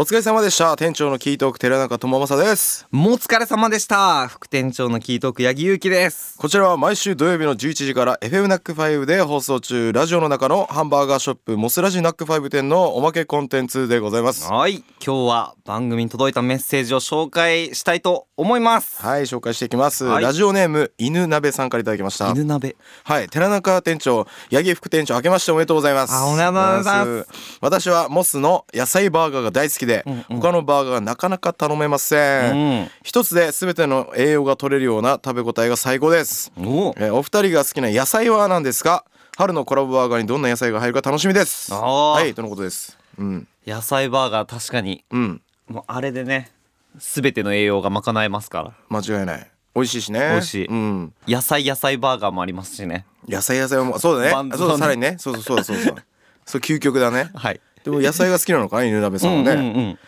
お疲れ様でした店長のキートーク寺中智正ですもうお疲れ様でした副店長のキートーク八木ゆきですこちらは毎週土曜日の11時から FM ナック5で放送中ラジオの中のハンバーガーショップモスラジナック5店のおまけコンテンツでございますはい今日は番組に届いたメッセージを紹介したいと思いますはい紹介していきます、はいラジオネーム犬鍋さんからいただきました犬鍋はい寺中店長八木副店長明けましておめでとうございますあおめでとうございまおすめでとうございます私はモスの野菜バーガーが大好きで、んうん他のバーガーがなかなか頼めません、ん一つで全ての栄養が取れるような食べ応えが最高ですおえーお二人が好きな野菜は何ですか春のコラボバーガーにどんな野菜が入るか楽しみですあーはいとのことですうん野菜バーガー確かにうんもうあれでねすべての栄養が賄えますから間違いない美味しいしね美味しいうん野菜野菜バーガーもありますしね野菜野菜もそうだバンねドそうのさらにねそうそうそうだそうだ そうだそう究極だねはいでも野菜が好きなのかな犬鍋さんはうんうんね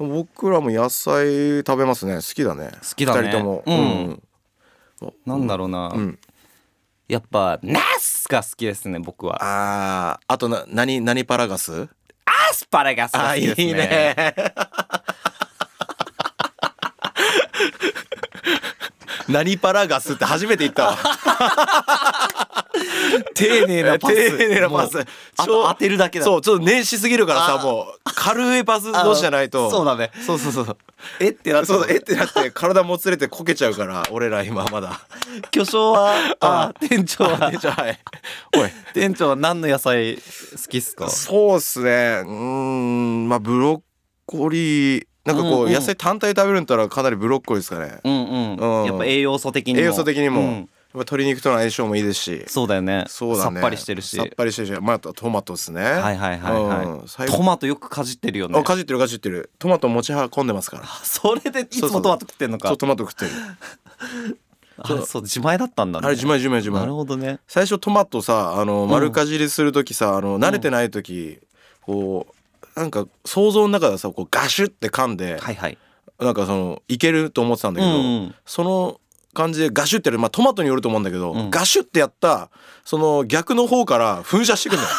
うん僕らも野菜食べますね好きだね好きだ二ね人ともうんんなんだろうな、んやっぱナスが好きですね僕はあーあとな何何パラガスアスパラガスがあ好きですねいいね何パラガスって初めて言ったわ 丁寧なパス丁寧なパスもうあと当てるだけだそうちょっと年始すぎるからさあもう軽いパス同士じゃないとあそうだねそうそうそうえってなった そうだえってなって体もつれてこけちゃうから俺ら今まだ巨匠はあ店長はじゃ あはいおい店長は何の野菜好きっすかそうっすねうーんまあブロッコリーなんかこううんうん野菜単体食べるんだったらかなりブロッコリーですかねうんうん、うんやっぱ栄養素的にも栄養素的にもうやっんぱ鶏肉との相性もいいですしそうだよねそうだねさっぱりしてるしさっぱりしてるしまああとトマトですねはいはいはいはい、うん最ト後マトよくかじってるよねあかじってるかじってるトマト持ち運んでますからそれでいつもトマト食ってんのかそうトマト食ってるあれそう自前だったんだねあれ自慢自慢自なる慢ほどね最初トマトさあのん丸かじりする時さあの慣れてない時こうなんか想像の中でさこうガシュって噛んではいはいなんかそのいけると思ってたんだけうどんうんその感じでガシュってやるまあトマトによると思うんだけど、うんガシュってやったその逆の方から噴射 してくるのよ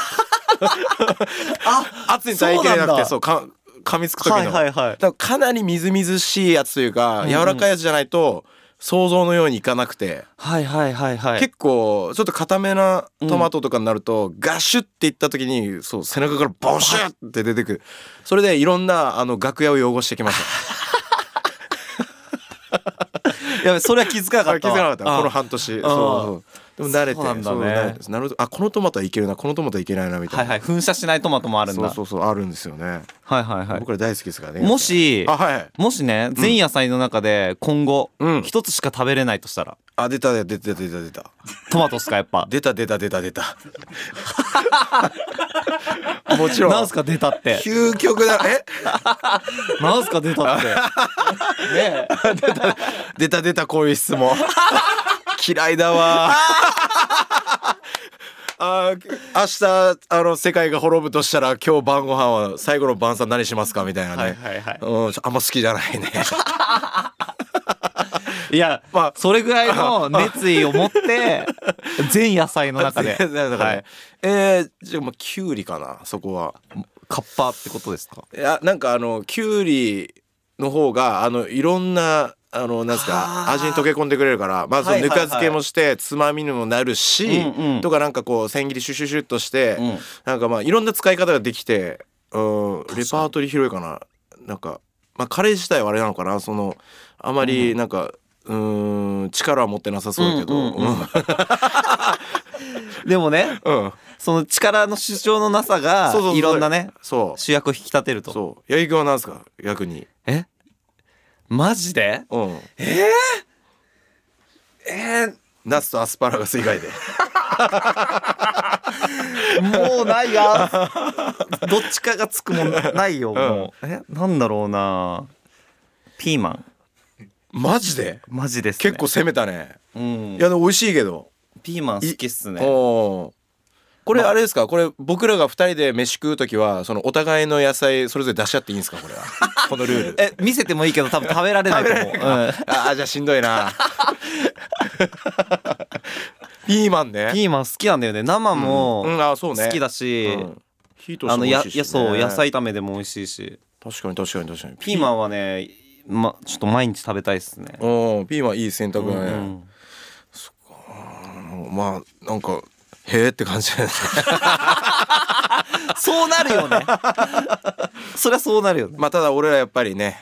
あ圧に耐えきれなそうくなんてだそうか噛みつく時の、はいはいはいだからかなりみずみずしいやつというか、うんうん柔らかいやつじゃないと想像のようにいかなくて、はいはいはいはい結構ちょっと固めなトマトとかになると、ガシュっていった時にそう背中からボシュって出てくるそれでいろんなあの楽屋を汚してきましたやべそれは気づかなかっあた気づかなかったあこの半年そうそうでも慣れてそうなんだそうね慣れてなるほどあこのトマトはいけるなこのトマトはいけないなみたはいいな、はい噴射しないトマトもあるんそうだそうそうあるんですよね、はいはいはい僕ら大好きですからねもしあはいもしね全野菜の中で今後うん一つしか食べれないとしたらあ出た出た出た出た出たトマトっすかやっ ぱ出た出た出た出 たもちろんなんすか出たって究極だえなんすか出 たってねえ出た出たこういう質問嫌いだわあー明日あの世界が滅ぶとしたら今日晩ご飯は最後の晩餐何しますかみたいなね、はいはいはいうん、ちょあんま好きじゃないねいやまあそれぐら いの熱意を持って全野菜 の中でだからねはいえー、じゃあまあきゅうりかなそこはカッパってことですかいやなんかあのきゅうりの方があのいろんなあのなんですはかあ味に溶け込んでくれるからまずはいぬはいかはい漬けもしてつまみにもなるし、うんうんとかなんかこう千切りシュシュシュっとして、うんなんかまあいろんな使い方ができて、うん、レパートリー広いかななんか、まあ、カレー自体はあれなのかなそのあまりなんか、うーん力は持ってなさそうだけど、うんうんうんでもねうんうんその力の主張のなさ がそうそうそういろんなねそう主役を引き立てるとそう八木君は何ですか逆にえマジでうんえーナスとアスパラガス以外でもうないがどっちかがつくもんないよもう、えなんだろうなピーマン マジでマジです、ね、結構攻めたねうんいやでも美味しいけど、ピーマン好きっすねおーこれあれですかこれ僕らが2人で飯食う時はそのお互いの野菜それぞれ出し合っていいんですかこ れはこのルールえ見せてもいいけど多分食べられないと思う、うんああじゃあしんどいな ピーマンねピーマン好きなんだよね生もうんあそうね好きだし、うん火通してあもの美や味しいしねやそう野菜炒めでも美味しいし確かに確かに確かにピーマンはね、ま、ちょっと毎日食べたいですね。うんピーマンいい選択だね、ううんんまあなんかへえって感じだねそうなるよね。そりゃそうなるよね。 まあただ俺らやっぱりね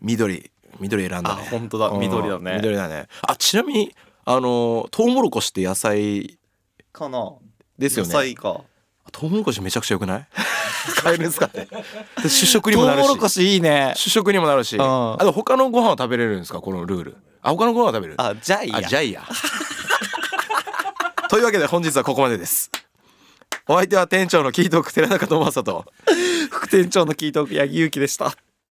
緑緑選んだねあ本当だうん緑だね緑だねあちなみにあのトウモロコシって野菜かな。ですよね野菜か。トウモロコシめちゃくちゃ良く ない買えるんですかねで主食にもなトるウモしロコシいいね。主食にもなるしんあと他のご飯は食べれるんですかこのルールあ他のご飯は食べれるあ、じゃあいいや。あじゃあいい やというわけで本日はここまでですお相手は店長のキートーク寺中智正と副店長のキートーク八木ゆうきでした。